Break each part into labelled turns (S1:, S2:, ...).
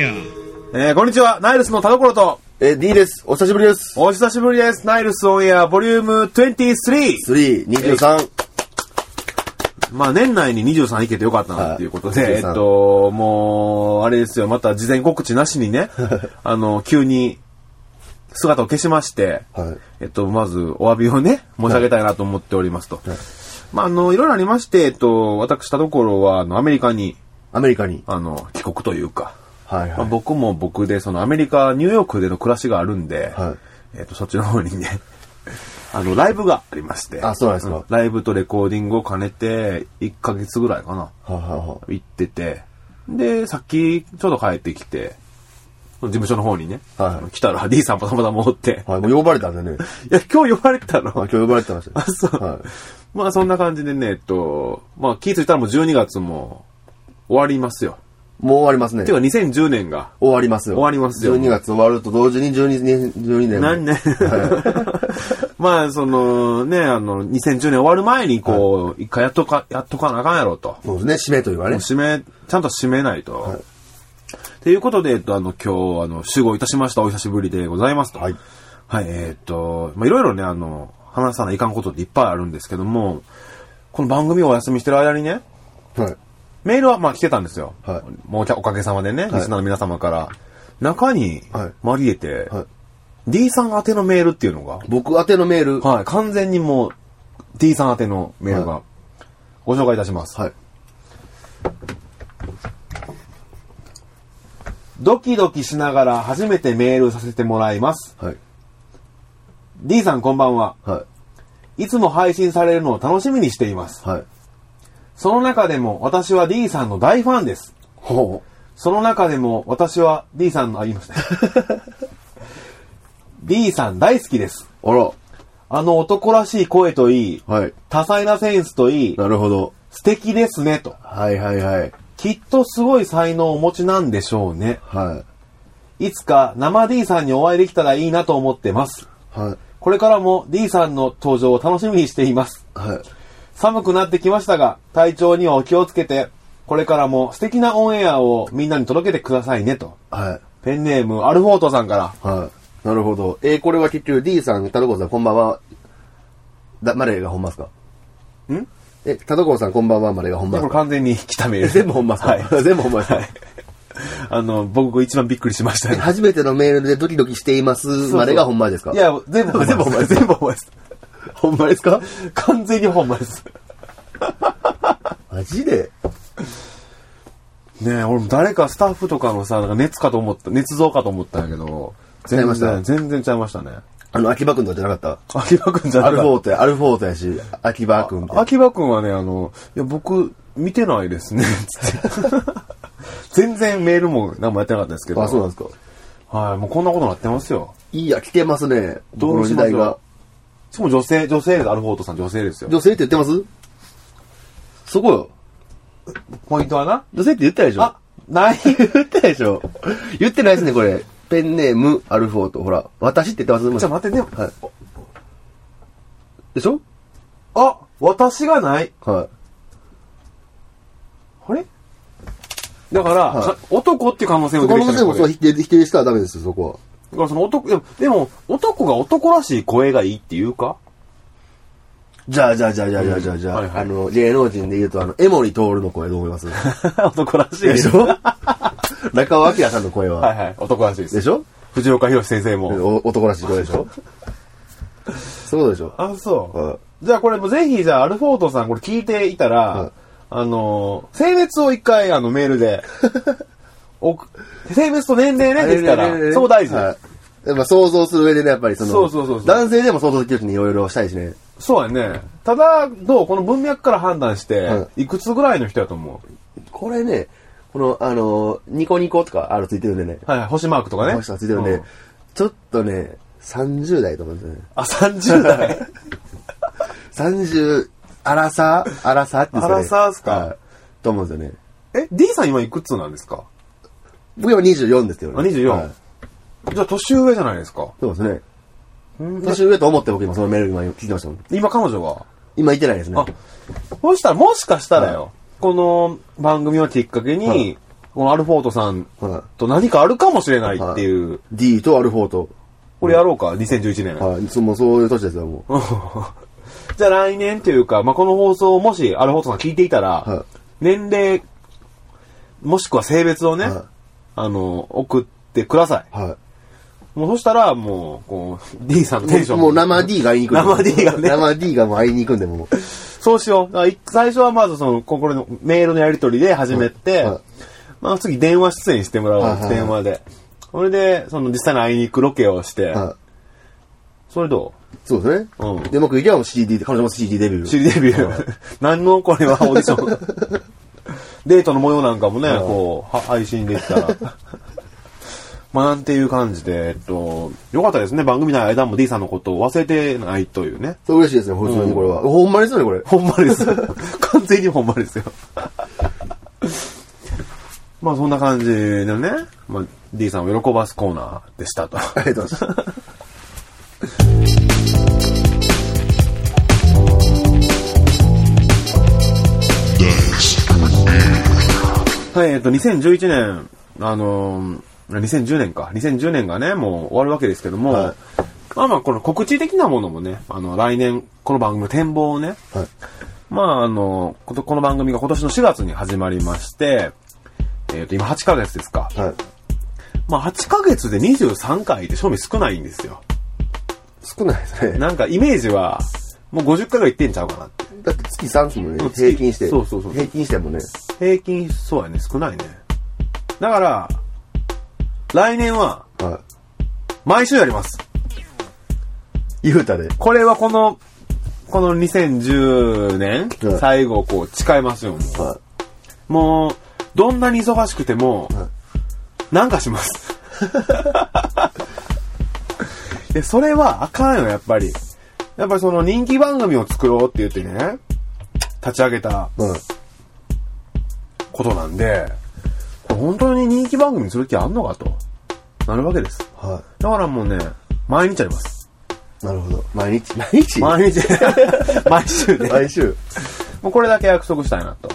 S1: えーこんにちは、ナイルスの田所と、
S2: えー、D です。お久しぶりです。
S1: お久しぶりです。ナイルスオンエアボリューム23。
S2: 3、23。
S1: まあ年内に23いけてよかったなっていうことで、
S2: はい
S1: えっと、もう、あれですよ、また事前告知なしにね、あの、急に姿を消しまして、
S2: はい
S1: えっと、まずお詫びをね、申し上げたいなと思っておりますと。まああの、いろいろありまして、えっと、私、田所は、あの、アメリカに、
S2: アメリカに。
S1: あの、帰国というか、
S2: はい
S1: まあ、
S2: は
S1: 僕も僕で、そのアメリカ、ニューヨークでの暮らしがあるんで、
S2: は
S1: えっ、と、そっちの方にね、 あの、ライブがありまして。
S2: あそうなんですか
S1: ライブとレコーディングを兼ねて、1ヶ月ぐらいかな、
S2: い。ははは
S1: 行ってて、で、さっき、ちょうど帰ってきて、事務所の方にね、
S2: はい
S1: あの来たら D さんもたまたまおって、
S2: はい、もう呼ばれたんでね。
S1: いや、今日呼ばれてたの。
S2: あ今日呼ばれてました。
S1: あそう
S2: は
S1: まあ、そんな感じでね、えっと、まあ、気づいたらもう12月も終わりますよ。
S2: い。もう終わりますね
S1: てい。うか、2010年が、
S2: 終わりますよ。
S1: 終わりますよ
S2: 12月終わると同時に12年、12年。
S1: 何年 まあ、そのね、あの、2010年終わる前に、こう、一回やっとか、やっとかなあかんやろと。
S2: そうですね、締めというかね。
S1: 締め、ちゃんと締めないと。ということで、えっと、あの、今日、あの、集合いたしました。お久しぶりでございますと。
S2: はい。
S1: はい、えーっと、まあ、いろいろね、あの、話さないかんことっていっぱいあるんですけども、この番組をお休みしてる間にね、
S2: はい。
S1: メールは、まあ、来てたんですよ。
S2: はい
S1: もうおか、おかげさまでね、リスナーの皆様から。中に
S2: はい、
S1: まりえて、
S2: はい
S1: D さん宛てのメールっていうのが、
S2: 僕宛てのメール。は
S1: はい、完全にもう、D さん宛てのメール
S2: は
S1: が、ご紹介いたします。
S2: い。
S1: ドキドキしながら初めてメールさせてもらいます。
S2: はい。
S1: D さんこんばんは。
S2: はい。
S1: いつも配信されるのを楽しみにしています。
S2: はい。
S1: その中でも私は D さんの大ファンです。
S2: ほ
S1: その中でも私は D さんの、あ、言いました。D さん大好きです。
S2: う。あら。
S1: あの男らしい声といい、
S2: はい。
S1: 多彩なセンスといい、
S2: なるほど。
S1: 素敵ですねと。
S2: はいはいはい。
S1: きっとすごい才能をお持ちなんでしょうね。
S2: はい
S1: つか生 D さんにお会いできたらいいなと思ってます。
S2: い。はい。
S1: これからも D さんの登場を楽しみにしています。
S2: はい。
S1: 寒くなってきましたが、体調にはお気をつけて、これからも素敵なオンエアをみんなに届けてくださいねと。
S2: はい。
S1: ペンネーム、アルフォートさんから。
S2: はい。なるほど。えーこれは結局 D さん、田所さん、こんばんは。だ、マレーがほんますか
S1: ん
S2: え、田所さん、こんばんは、マレーがほんま
S1: こ
S2: す
S1: れ
S2: か
S1: 完全に来たメール。
S2: 全部ほんますか、
S1: はい。
S2: 全部ほんますか、
S1: はいあの、僕一番びっくりしましたね。
S2: 初めてのメールでドキドキしています、マレーがほんまですか
S1: い、や、全部
S2: 全部ほんまです
S1: 全部ほんまです。
S2: ほんまですか
S1: 完全にほんまです。
S2: マジで
S1: ねえ、俺も誰かスタッフとかのさ、なんか熱かと思った、熱造かと思ったんやけど、
S2: ちゃ
S1: 全
S2: いました
S1: 然、全然ちゃいましたね。
S2: あの、秋葉くんとかじゃなかっ
S1: 秋葉くんじゃな
S2: たアルフ
S1: か
S2: ォ
S1: っ
S2: ートや、アルフォートやし、秋葉くんみたい
S1: た。秋葉くんはね、あの、いや、僕、見てないですね、 つって。全然メールも何もやってなかったですけど。
S2: な。あ、そうなんですか
S1: はい、もうこんなことになってますよ。
S2: いいや、来てますね。
S1: ど
S2: こ
S1: う
S2: の
S1: し
S2: 時
S1: まし
S2: 代
S1: ょう
S2: が。。
S1: しかも女性、女性です。アルフォートさん女性ですよ。
S2: 女性って言ってますそこよ。
S1: ポイントはな
S2: 女性って言ったでしょ
S1: あ、ない。
S2: 言ったでしょ言ってないですね、これ。ペンネーム、アルフォート。ほら、私って言ってます
S1: じゃあ待って、でも、
S2: はい。でしょ
S1: あ、私がない。
S2: は
S1: あれだから、
S2: はい
S1: か男っていう可能性
S2: い。
S1: も
S2: そ
S1: 出
S2: こ
S1: てき
S2: の
S1: た
S2: 先
S1: ね
S2: も
S1: こ
S2: そ
S1: れ
S2: う否定、否定したらダメですよ、そこは。
S1: だからその男、でも、でも男が男らしい声がいいっていう か
S2: じゃあ、じゃあ、じゃあ、じゃあ、じゃあ、じゃあ、じゃあ、
S1: はいはい
S2: あの、芸能人で言うと、あの、エモリトールの声どう思います
S1: 男らしい。
S2: でしょ 中尾明さんの声は。
S1: はいはい、男らしいです。
S2: でしょ
S1: 藤岡弘先生も。
S2: お男らしい声でしょそういうことでしょ
S1: あ、そう。
S2: は
S1: じゃあこれもぜひ、じゃあアルフォートさんこれ聞いていたら、
S2: はい
S1: あのー、性別を一回あのメール で、お性別と年齢ね、ですから、そこ大事。
S2: はいやっぱ想像する上でね、やっぱりその、
S1: そうそうそうそう
S2: 男性でも想像できるようにいろいろしたいしね。
S1: そうやね。ただ、どうこの文脈から判断して、、
S2: はい
S1: くつぐらいの人やと思う
S2: これね、この、あの、ニコニコとかあるついてるんでね。
S1: はいはい、星マークとかね。
S2: この人がついてるんで、
S1: うん
S2: ちょっとね、30代とかですね。
S1: あ、30代。
S2: 30、アラサーアラサーって言うんですかね
S1: アラサーっすか
S2: はいと思うんですよね。
S1: え、D さん今いくつなんですか
S2: 僕は24ですけどね。
S1: あ24
S2: はい
S1: じゃあ年上じゃないですか。
S2: そうですね。年上と思って僕今そのメール今聞いてましたもん。
S1: 今彼女は。
S2: 今いてないですね。
S1: あ、そしたらもしかしたらよ、
S2: は
S1: この番組をきっかけに、
S2: はい
S1: このアルフォートさん
S2: は
S1: と何かあるかもしれない
S2: い。
S1: っていう。
S2: は D とアルフォート。
S1: これやろうか、2011年。
S2: はい。そもうそういう年ですよ、もう。
S1: じゃあ来年というか、まあ、この放送をもしアルフォートさん聞いていたら、
S2: は
S1: 年齢、もしくは性別をね、
S2: はい
S1: あの、送ってくださ。
S2: はい
S1: もうそしたら、もう、こう、D さんの
S2: い。
S1: テンション
S2: もう生 D が会いに行くんで
S1: 生 D がね
S2: 生 D がもう会いに行くんで、もう。
S1: そうしよう。だからい最初はまずその、ここのメールのやり取りで始めて、
S2: はいはい
S1: まあ次電話出演してもらおう、
S2: はいはいはい
S1: 電話で。それで、その実際に会いに行くロケをして、
S2: はい。
S1: それど
S2: そうですね。
S1: うん
S2: で、うまくいけばもう CD で、彼女も CD デビュ
S1: う
S2: ー。
S1: 知りデビュー。 何のこれはオーディション。デートの模様なんかもね、こう、は配信できたら。 まあなんていう感じで、えっと、よかったですね。番組の間も D さんのことを忘れてないというね。
S2: そう嬉しいですね、普通にこれは。ほんまですよね、これ。
S1: ほんまです。 完全にほんまですよ。まあそんな感じでね、まあ、D さんを喜ばすコーナーでしたと。
S2: ありがとうございます。
S1: はい、えっと、2011年、あのー2010年か。2010年がね、もう終わるわけですけども、
S2: はい
S1: まあまあ、この告知的なものもね、あの、来年、この番組の展望をね、
S2: はい。
S1: まあ、あの、ことこの番組が今年の4月に始まりまして、えっ、と、今8ヶ月ですか。
S2: はい。
S1: まあ、8ヶ月で23回って賞味少ないんですよ。
S2: 少ないですね。
S1: なんかイメージは、もう50回ぐらいいってんちゃうかなって。
S2: だって月3ですもんね
S1: うん。月
S2: 平均して。
S1: そうそうそう
S2: 平均してもね。
S1: 平均、そうやね、少ないね。だから、来年は、
S2: は
S1: 毎週やります。
S2: い。ゆうたで。
S1: これはこの、この2010年、
S2: うん
S1: 最後、こう、誓いますよ、も
S2: は
S1: う。もう、どんなに忙しくても、なんかします。で、それはあかんよ、やっぱり。やっぱりその人気番組を作ろうって言ってね、立ち上げた
S2: い。うん。
S1: ことなんで、これ本当に人気番組にする気あんのかと、なるわけです。
S2: は
S1: だからもうね、毎日あります。
S2: い。なるほど。毎日。毎 日
S1: 毎日。 毎週ね。
S2: 毎週。
S1: もうこれだけ約束したいなと。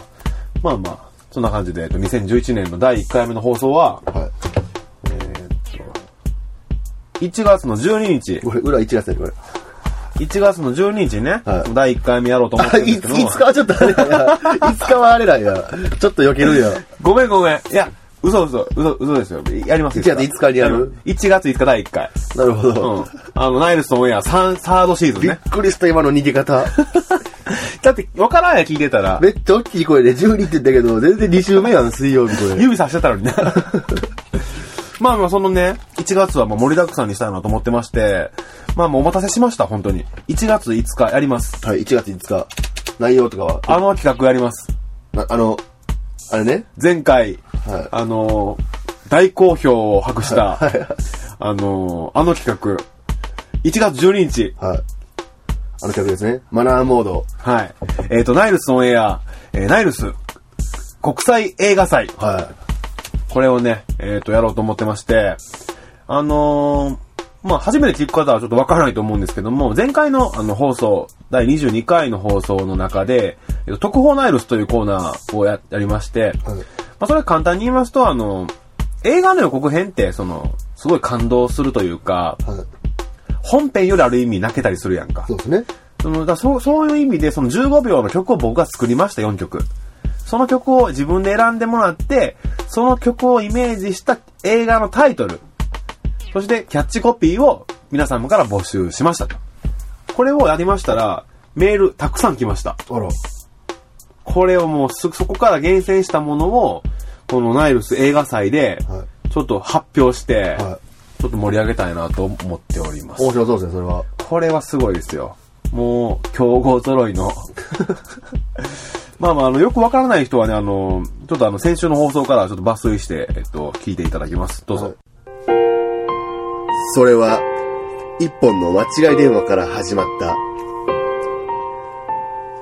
S1: まあまあ、そんな感じで、えっと、2011年の第1回目の放送は、
S2: は
S1: 1月の12日
S2: い。、これ、裏1月やで、これ。
S1: 1月の12日ね、
S2: はい
S1: 第1回目やろうと思っ
S2: あ、
S1: てるん
S2: い
S1: です
S2: つ、
S1: け
S2: い
S1: ど
S2: つかはちょっとあれや。いつかはあれだや。ちょっと避けるや。
S1: ごめんごめん。いや、嘘嘘、嘘、嘘ですよ。やりますよ。
S2: 1月5日にやる
S1: ?1 月5日第1回。
S2: なるほ
S1: う
S2: ど。
S1: ん。あの、ナイルスとオンエア3、サードシーズン
S2: びっ
S1: ね。
S2: くりした、今の逃げ方。
S1: だって、わからんや聞いてたら、
S2: めっちゃ大きい声で12って言ったけど、全然2週目やん、水曜日これ。
S1: 指さしてたのにね。まあまあ、そのね、1月はもう盛りだくさんにしたいなと思ってまして、まあもうお待たせしました、本当に。1月5日やります。
S2: はい、1月5日。内容とかは、
S1: あの企画やります。
S2: なあの、あれね。
S1: 前回、
S2: はい
S1: あのー、大好評を博した、
S2: はいはい
S1: あのー、あの企画、1月12日、
S2: はい。あの曲ですね。マナーモード。
S1: はい。えっ、と、ナイルスオンエア、えーナイルス国際映画祭、
S2: は
S1: これをね、えっ、と、やろうと思ってまして、あのーまあ、初めて聞く方はちょっとわからないと思うんですけども、前回のあの放送、第22回の放送の中で、えーと特報ナイルスというコーナーをややりまして、
S2: い。はい。
S1: まあ、それは簡単に言いますと、あの、映画の予告編って、その、すごい感動するというか、
S2: はい。
S1: 本編よりある意味泣けたりするやんか
S2: そ。うですね。
S1: そのだからそうそういう意味で、その15秒の曲を僕が作りました、4曲。その曲を自分で選んでもらって、その曲をイメージした映画のタイトル、そしてキャッチコピーを皆様から募集しましたと。これをやりましたら、メールたくさん来ました。
S2: あら。
S1: これをもうそ、そこから厳選したものを、このナイルス映画祭で、
S2: は
S1: ちょっと発表して、
S2: は
S1: ちょっと盛り上げたいなと思っておりま
S2: い。
S1: す
S2: 面。白そうですね、それは。
S1: これはすごいですよ。もう、競合揃いの。まあまあ、あの、よくわからない人はね、あの、ちょっとあの、先週の放送からちょっと抜粋して、えっと、聞いていただきます。どうぞ。
S2: はいそれは、一本の間違い電話から始まった、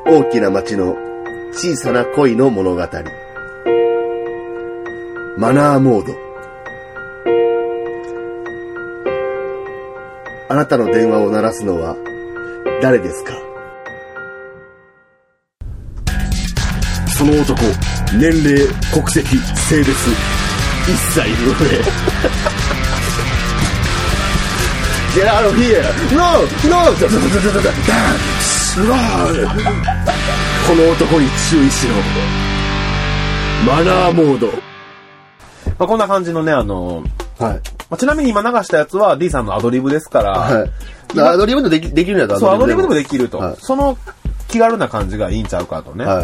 S2: 大きな町の小さな恋の物語。マナーモード。あなたの電話を鳴らすのは誰ですかその男、年齢、国籍、性別、一切ルーレ Get out of here! No! No! ダダダダダダダダン Run! この男に注意しろ。マナーモード。
S1: まあ、こんな感じのね、あの、
S2: はい。
S1: まあ、ちなみに今流したやつは D さんのアドリブですから、
S2: はい。だからアドリブでもできできるんやったら
S1: そう、アドリブでもできると。
S2: はい
S1: その気軽な感じがいいんちゃうかとね。
S2: はい。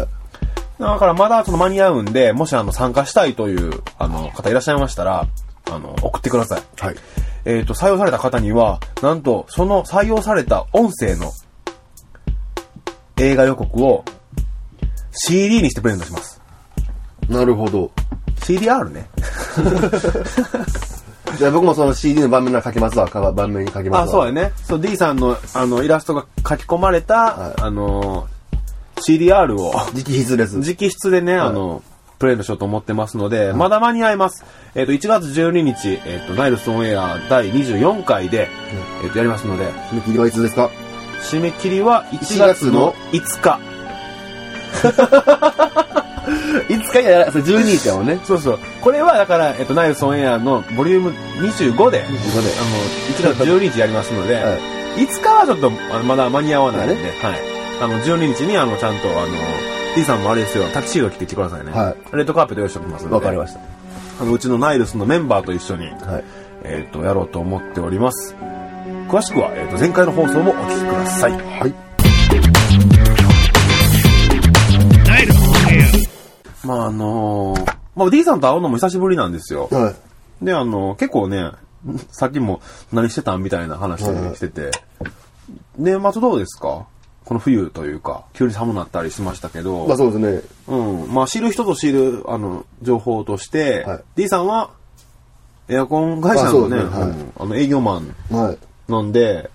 S1: だからまだその間に合うんで、もしあの参加したいというあの方いらっしゃいましたら、あの、送ってください。
S2: はい。
S1: えっ、と、採用された方には、なんと、その採用された音声の映画予告を CD にしてプレゼントします。
S2: なるほど。
S1: CDR ね。
S2: じゃあ僕もその CD の盤面に書きますわ。か盤面に書きますわ。
S1: あ、そうだよね。そう、D さんの、あの、イラストが書き込まれた、
S2: はい
S1: あの、CDR を、
S2: 直筆です。
S1: 直筆でね、あの、プレイのしようと思ってますので、まだ間に合います。えっ、と、1月12日、えっ、と、ナイルスオンエア第24回で、えっ、と、やりますので、
S2: 見切りはいつですか
S1: 締め切りは1
S2: 1
S1: 月
S2: 月
S1: の
S2: の
S1: 5日。
S2: いつかやら、それ12日やもんね。
S1: そうそう。これは、だから、えっ、と、ナイルスオンエアのボリューム25で、
S2: 25で
S1: あの、1月12日やりますので、、
S2: はい
S1: 5日はちょっと、あのまだ間に合わないんで、はい。あの、12日に、あの、ちゃんと、あの、D さんもあれですよ、タキシード着てきてくださいね。
S2: はい
S1: レッドカーペット用意しておきますので。
S2: わかりました。
S1: あのうちのナイルスのメンバーと一緒に、
S2: はい。
S1: えっ、と、やろうと思っております。詳しくは、えっ、と、前回の放送もお聞きください。
S2: はい。
S1: まあ、あのーまあ、D さんと会うのも久しぶりなんですよ。
S2: はい。
S1: で、あの結構ね、さっきも何してたんみたいな話
S2: はいはい
S1: してて、年末どうですかこの冬というか、急に寒くなったりしましたけど、
S2: まあそうですね。
S1: うん。まあ、知る人ぞ知る、あの、情報として、
S2: はい
S1: D さんは、エアコン会社のね、
S2: あそうですねはい
S1: うんあの、営業マン
S2: はい。
S1: なんで、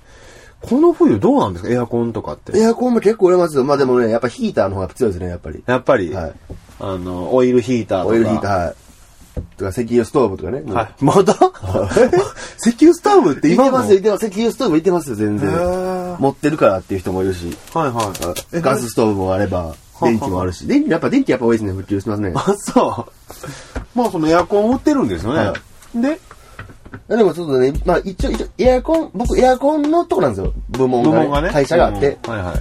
S1: この冬どうなんですかエアコンとかって。
S2: エアコンも結構売れますよ。まあでもね、やっぱヒーターの方が強いですね、やっぱり。
S1: やっぱり、
S2: はい
S1: あの、オイルヒーターとか。
S2: オイルヒーター、はい。とか、石油ストーブとかね。もう
S1: はい。まだ 石油ストーブって
S2: い
S1: 今
S2: て
S1: も
S2: ますよ、いてます。石油ストーブいてますよ、全然
S1: へー。
S2: 持ってるからっていう人もいるし。
S1: はいはい。
S2: ガスストーブもあれば、電気もあるし。電気、やっぱ電気やっぱ多いですね、普及してますね。
S1: あ、そう。まあ、そのエアコン売ってるんですよね。
S2: は
S1: で、
S2: でもちょっとね、まあ一応、一応、エアコン、僕エアコンのとこなんですよ。部門
S1: 部
S2: がね、
S1: 門がね。
S2: 会社があって。
S1: うんはいはい。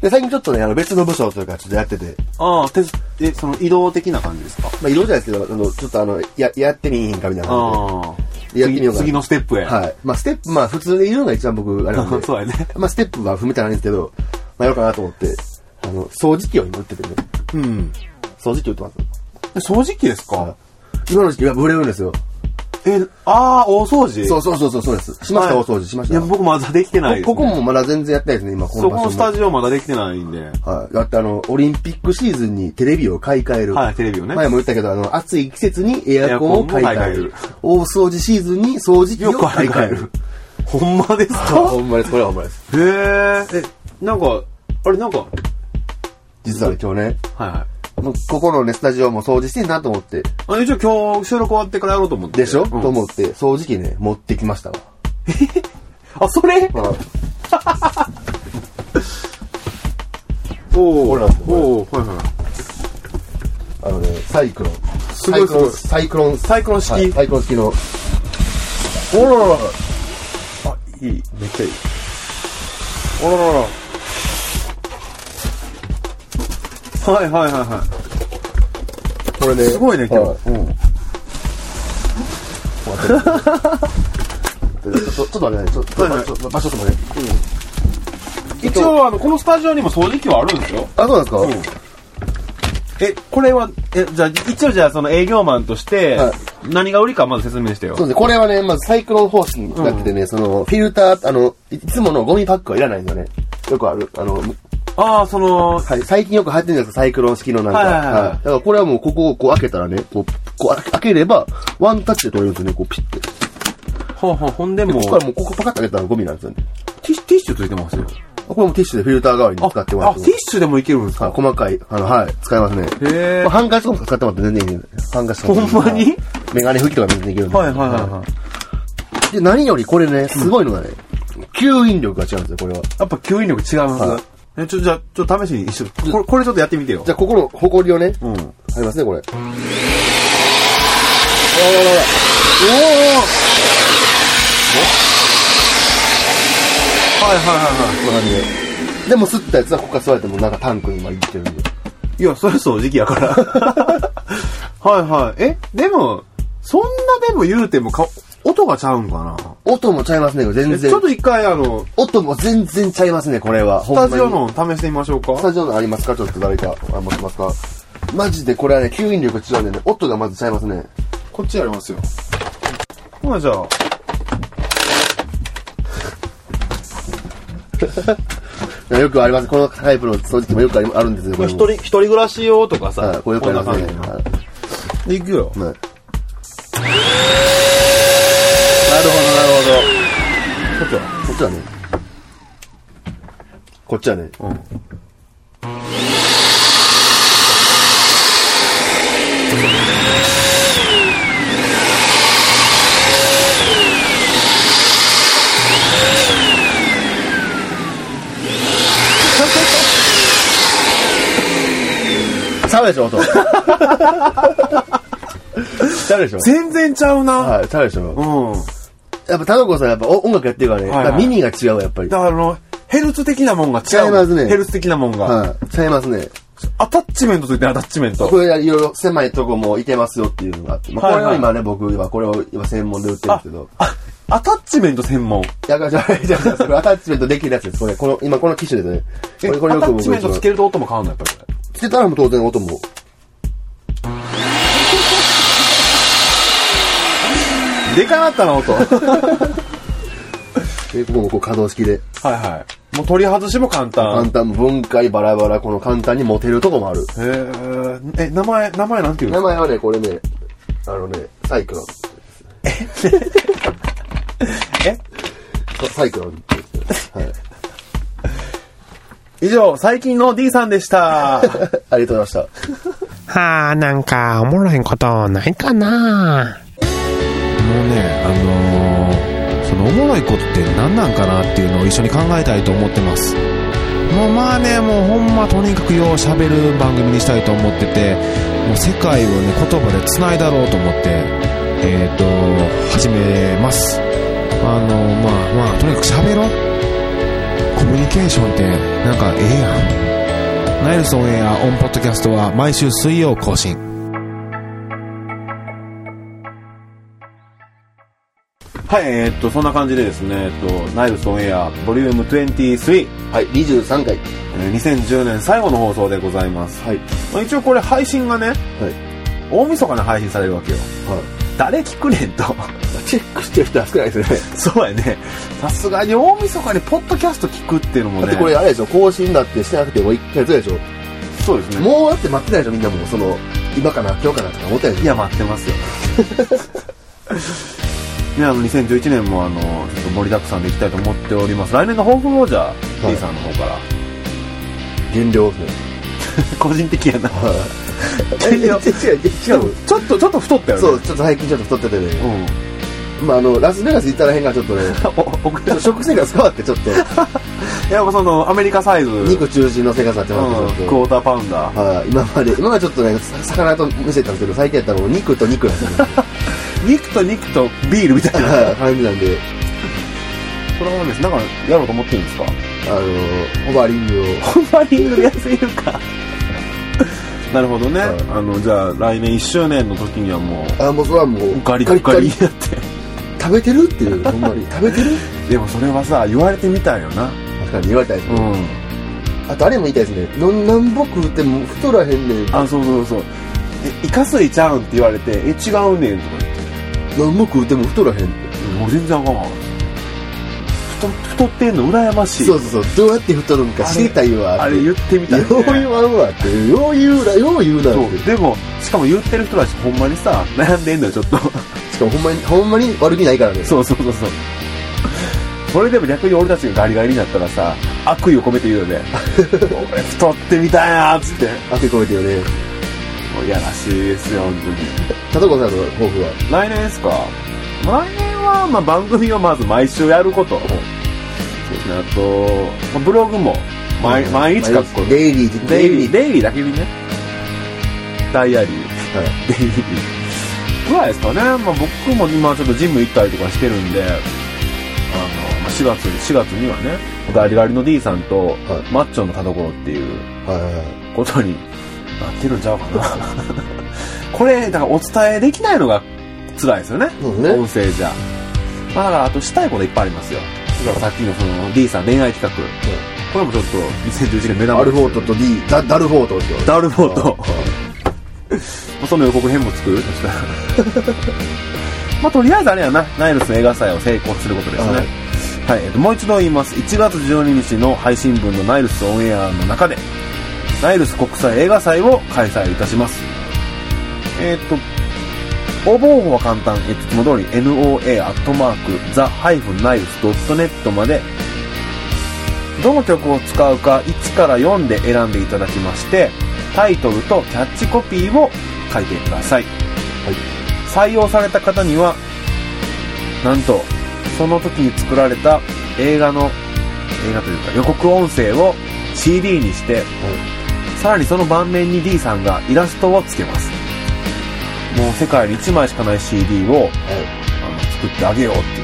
S2: で、最近ちょっとね、あの別の部署というかちょっとやってて、
S1: ああ、て、え、その移動的な感じですか
S2: まあ移動じゃないですけど、あの、ちょっとあの、や、やってみいひんかみたいな感
S1: ああ。
S2: やってみようかな
S1: 次次のステップへ。。
S2: じで。はい。まあステップ、まあ普通でいるのが一番僕、あれなんで
S1: そうやね
S2: まあステップは踏みたないんですけど、まあやろうかなと思って、あの、掃除機を今売っててね。
S1: うん。
S2: 掃除機売ってます。
S1: え掃除機ですか
S2: 今の時期は売れるんですよ。
S1: え、ああ、大掃除
S2: そうそうそうそう、そうです。しました、
S1: はい
S2: お掃除しまし
S1: いや、
S2: た。
S1: 僕まだできてないです、ね。
S2: ここもまだ全然やってないですね、今、こ
S1: そ
S2: の
S1: このスタジオまだできてないんで。
S2: はい。だってあの、オリンピックシーズンにテレビを買い替える。
S1: はいテレビをね
S2: 前も言ったけど、あの、暑い季節にエアコンを買い替え
S1: エア
S2: る
S1: コ。
S2: 大掃除シーズンに掃除機
S1: よ
S2: を
S1: くあ
S2: 買
S1: れ
S2: い替
S1: か
S2: える。
S1: ほんまですか
S2: んまです、こ れはほんまです。
S1: へえ。え、なんか、あれなんか、はい
S2: 実はね今日ね、
S1: はい。
S2: もうここのね、スタジオも掃除してんなと思って、
S1: あ一応今日収録終わってからやろうと思って。
S2: でしょ、
S1: うん
S2: と思って、掃除機ね、持ってきましたわ。
S1: あ、それ
S2: はい
S1: おお
S2: これなんですよこれ
S1: おおはいはい。
S2: あのね、サイクロン。
S1: すごいすごい
S2: サイクロン、サ
S1: サイクロン
S2: イクロン、はい
S1: 式。
S2: サイクロン式の。
S1: おららら。あ、いい。めっちゃいい。おららら。はいはいはいはい。
S2: これね、
S1: すごいね、今
S2: は
S1: 日。うん。
S2: ちょっと、ちょっと待ってね、ちょっと、
S1: はいはい
S2: ちょっと場所ともね。
S1: 一応、あの、このスタジオにも掃除機はあるんですよ。
S2: あ、そうなんですか、
S1: え、これは、え、じゃあ、一応じゃあ、その営業マンとして
S2: は、
S1: 何が売りかまず説明してよ
S2: そ。うですね、これはね、まずサイクロン方式になっててね、その、フィルター、あの、いいつものゴミパックはいらないんだよね。よくある、あの、
S1: ああ、その、
S2: はい、最近よく入ってるんですか、サイクロン式のなんか。
S1: はいはいはい
S2: だからこれはもうここをこう開けたらね、こう、こう開ければ、ワンタッチで取れるんですよね、こうピッて。で
S1: ほんほん、ほんでも
S2: ここからもうここパカッと開けたらゴミなんですよね。
S1: ティッシュティッシュついてますよ。
S2: これもティッシュでフィルター代わりに使ってもら
S1: あ、
S2: っ
S1: テ
S2: て
S1: ィ
S2: も
S1: ッシュでもいけるんです
S2: はい、
S1: か
S2: 細かい、あの、はい、使えますね。
S1: へー
S2: まあハンカチとかも使ってもらって全然いいんで、ハンカチとかも。
S1: ほんまに
S2: メガネ拭きとか全然いけるんで。
S1: はいはいはいはい。
S2: い。で、何よりこれね、すごいのがね、吸引力が違うんですよ、これは。
S1: やっぱ吸引力違います
S2: はい
S1: え、ちょ、じゃあ、ちょっと試しに一緒これ、これちょっとやってみてよ
S2: じ。ゃあ、ここの、埃をね、
S1: うん。
S2: ありますね、これ。
S1: おおはいはいはいは
S2: こんな感じで。でも、吸ったやつはここから吸われても、なんかタンクに今いってるんで。
S1: い。いや、そりゃそう、時期やから。 はいはい。え、でも、そんなでも言うてもか、音がちゃうんかな
S2: 音もちゃいますね、これ全
S1: えち
S2: 然
S1: ょっ。と一回あの、
S2: 音も全然ちゃいますね、これは。
S1: スタジオ
S2: ほんまに
S1: の試してみましょうか
S2: ス。タジオのありますかちょっと誰か、あ、持ってますかマジでこれはね、吸引力違うんでね、音がまずちゃいますね。
S1: こっちやりますよ。ほな、じゃあ。
S2: よくあります。このタイプの掃除機もよくありあるんですよ、これ
S1: 一
S2: も。
S1: 人、一人暮らし用とか
S2: は
S1: さ
S2: い、、これよくあ
S1: ん
S2: り
S1: な
S2: ますね。
S1: 感
S2: はい
S1: じでいくよ。
S2: はいなるほど、なる
S1: こっ
S2: ほど。
S1: ちは。
S2: こっちはね。こっちはね。
S1: うん。
S2: ちゃうでしょ、音。 ちゃうでしょ。
S1: 全然ちゃうな。
S2: はい、ちゃうでしょ。
S1: うん。
S2: やっぱ、タノコさんやっぱお音楽やってるからね。
S1: はいはい
S2: だから耳が違う、やっぱり。
S1: だか
S2: は
S1: らあの、ヘルツ的なもんが違う。
S2: 違いますね
S1: ヘルツ的なもんが。
S2: い、ちゃいますね。
S1: アタッチメントついてるアタッチメン
S2: こ
S1: ト。
S2: れいろいろ狭いとこもいけますよっていうのがあって。まあ、こ
S1: は
S2: れを
S1: いはい
S2: 今ね、僕、今、これを今専門で売ってるんですけど。
S1: あ、アタッチメント専門。
S2: いや、じゃあ、じゃあ、それアタッチメントできるやつです。これ、この、今この機種ですね。こ
S1: え
S2: れ、これ
S1: ア
S2: よ
S1: タ
S2: く
S1: ッチ
S2: 僕
S1: メン
S2: 一
S1: ト
S2: 番
S1: つけると音も変わんない、やっぱり。
S2: つけたらもう当然音も。
S1: でかなったな、 音。はい
S2: で、ここもこう可動式で。
S1: はい。もう取り外しも簡
S2: 簡
S1: 単。
S2: 単、分解バラバラ、この簡単に持てるとこもある。
S1: へーえ、名前、名前なんていう
S2: 名
S1: の
S2: 前はね、これね、あのね、サイクロン。
S1: え
S2: ササイクロンって言うんですよ。はい。
S1: 以上、最近の D さんでした。
S2: ありがとうございました。
S3: はあ、なんか、おもろいことないかな
S4: もうねあのーそのおもろいことって何なんかなっていうのを一緒に考えたいと思ってますもうまあねもうほんまとにかくようしゃべる番組にしたいと思っててもう世界をね言葉でつないだろうと思ってえっ、と始めますあのまあまあとにかくしゃべろうコミュニケーションってなんかええやんナイルソンエアオンポッドキャストは毎週水曜更新
S1: はい、えーっと、そんな感じでですね、えっと、ナイルソンエア、ボリューム23、
S2: はい、23回。
S1: えー2010年最後の放送でございます。
S2: はい。
S1: まあ一応これ配信がね、
S2: はい。
S1: 大晦日に配信されるわけよ。
S2: はい。
S1: 誰聞くねんと。
S2: チェックしてる人は少ないですね。
S1: そうやね。さすがに大晦日にポッドキャスト聞くっていうのも
S2: だっ
S1: ね。
S2: てこれあれでしょ、更新だってしてなくてもう1ヶ月ぐらいでし
S1: そうです
S2: ょ。
S1: ね。
S2: もうだって待ってないでしょ、みんなもう。その、今かな、今日かなとか思ったでしょ。
S1: いや、待って ますよ。ね、あの、2011年もあの、ちょっと盛りだくさんでいきたいと思っております。来年の抱負もじゃあ、
S2: い
S1: T さんの方から。
S2: 減量ですね。
S1: 個人的やな。
S2: 減量違う、 違う。
S1: ちょっと、ちょっと太ったよね。。
S2: そうう、ちょっと最近ちょっと太っててね。
S1: ん。
S2: まあ、あの、ラスベガス行ったらへんがちょっと ね、
S1: おお
S2: ちょっと食生活変わって、ちょっと、
S1: やっぱその、アメリカサイズ。
S2: 肉中心の生活になって
S1: う
S2: ま
S1: ん
S2: すけ
S1: ク
S2: ど、
S1: ォーターパウンダー。
S2: はい、今まで、今までちょっとね、さ魚と見せてたんですけど、最近やったらもう肉と肉なんで すよ
S1: 肉と肉とビールみたいな。
S2: はい感じなんで、
S1: これはです。なんか、やろうと思ってるんですか
S2: あの、ホバリングを、
S1: ホバリングやすぎるか。 なるほどね。
S2: はい
S1: あの、じゃあ、来年1周年の時にはもう、
S2: あ、もうそれはもう、
S1: ガリッガリになって。
S2: 食べてるっていう、ほんまに、食べてる
S1: でもそれはさ、言われてみたいよな。
S2: 確かに言われたいですね。
S1: ん。
S2: あと、あれも言いたいですね、のなんぼ食うても太らへんねん、
S1: あ、そうそうそう。え、イカスイちゃうんって言われて、え、違うねんとか言って。
S2: なんぼ食うても太らへんって。
S1: もう全然あかんわ。太太ってんの羨ましい。
S2: そうそうそう、どうやって太るんか知りたいわって。
S1: あれ言ってみたい、ね。
S2: よう言わんわって、よう言うな、よう言うなって
S1: そう。でも、しかも言ってる人たちほんまにさ、悩んでんのよ、ちょっと。
S2: しかもほんまに、ほんまに悪気ないからね。
S1: そうそうそうそう。それでも逆に俺たちがガリガリになったらさ、悪意を込めて言うよ ね。俺太ってみたいなっつって。
S2: 悪意込めてよね。
S1: もういやらしいですよ、本当に。
S2: 佐藤子さんの抱負は。
S1: 来年ですか来年は、まあ、番組をまず毎週やること。そうですね、あと、まあブログも毎毎日書くこと。
S2: デイリー、
S1: デイリー、
S2: デイリ
S1: デイリーだけにね。ダイアリー、
S2: ー。はい
S1: デイリー。ぐらいですかね、まあ、僕も今ちょっとジム行ったりとかしてるんであのまあ4月4月にはねガリガリの D さんと、
S2: はい
S1: マッチョンの田所っていう
S2: はいはいはい。
S1: ことになってるんちゃうかな これだからお伝えできないのが辛いですよね
S2: そうね
S1: 音声じゃまあだからあとしたいこといっぱいありますよだからさっきのその D さん恋愛企画、これもちょっと2011年目玉
S2: アルフォートと D、ダダルフォートですよ。
S1: ダルフォート
S2: はい
S1: その予告編も作るとしたらまあとりあえずあれやなナイルス映画祭を成功することですね
S2: はい
S1: はい、えっともう一度言います1月12日の配信分のナイルスオンエアの中でナイルス国際映画祭を開催いたしますえっと応募方法は簡単、えっと、いつも通り NOA アットマーク the-niles.net までどの曲を使うか1から4で選んでいただきましてタイトルとキャッチコピーを書いてください、採用された方にはなんとその時に作られた映画の映画というか予告音声を CD にしてさらにその盤面に D さんがイラストをつけますもう世界に1枚しかない CD をあの作ってあげようっていう、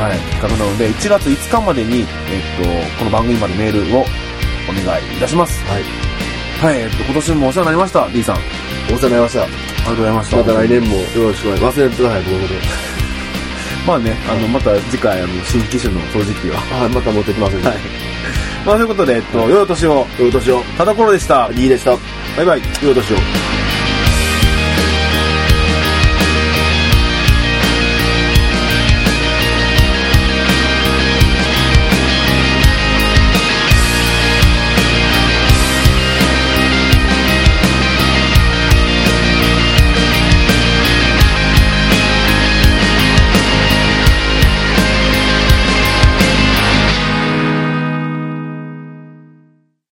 S1: はい企画なので1月5日までに、えっと、この番組までメールをお願いいたします
S2: はい。
S1: はい、えっと、今年もお世話になりました D さんあり
S2: お世話になりました。
S1: がとうございました
S2: また来年もよろしくお願いします。忘れてください、僕のこと。
S1: まあねあのまた次回あの新機種の掃除機はは
S2: はい、また持ってきますんで。
S1: いまあということで、えっと、良いお年を
S2: 良いお年を。
S1: 田所でした
S2: リーでした。
S1: バイバイ
S2: 良いお年を。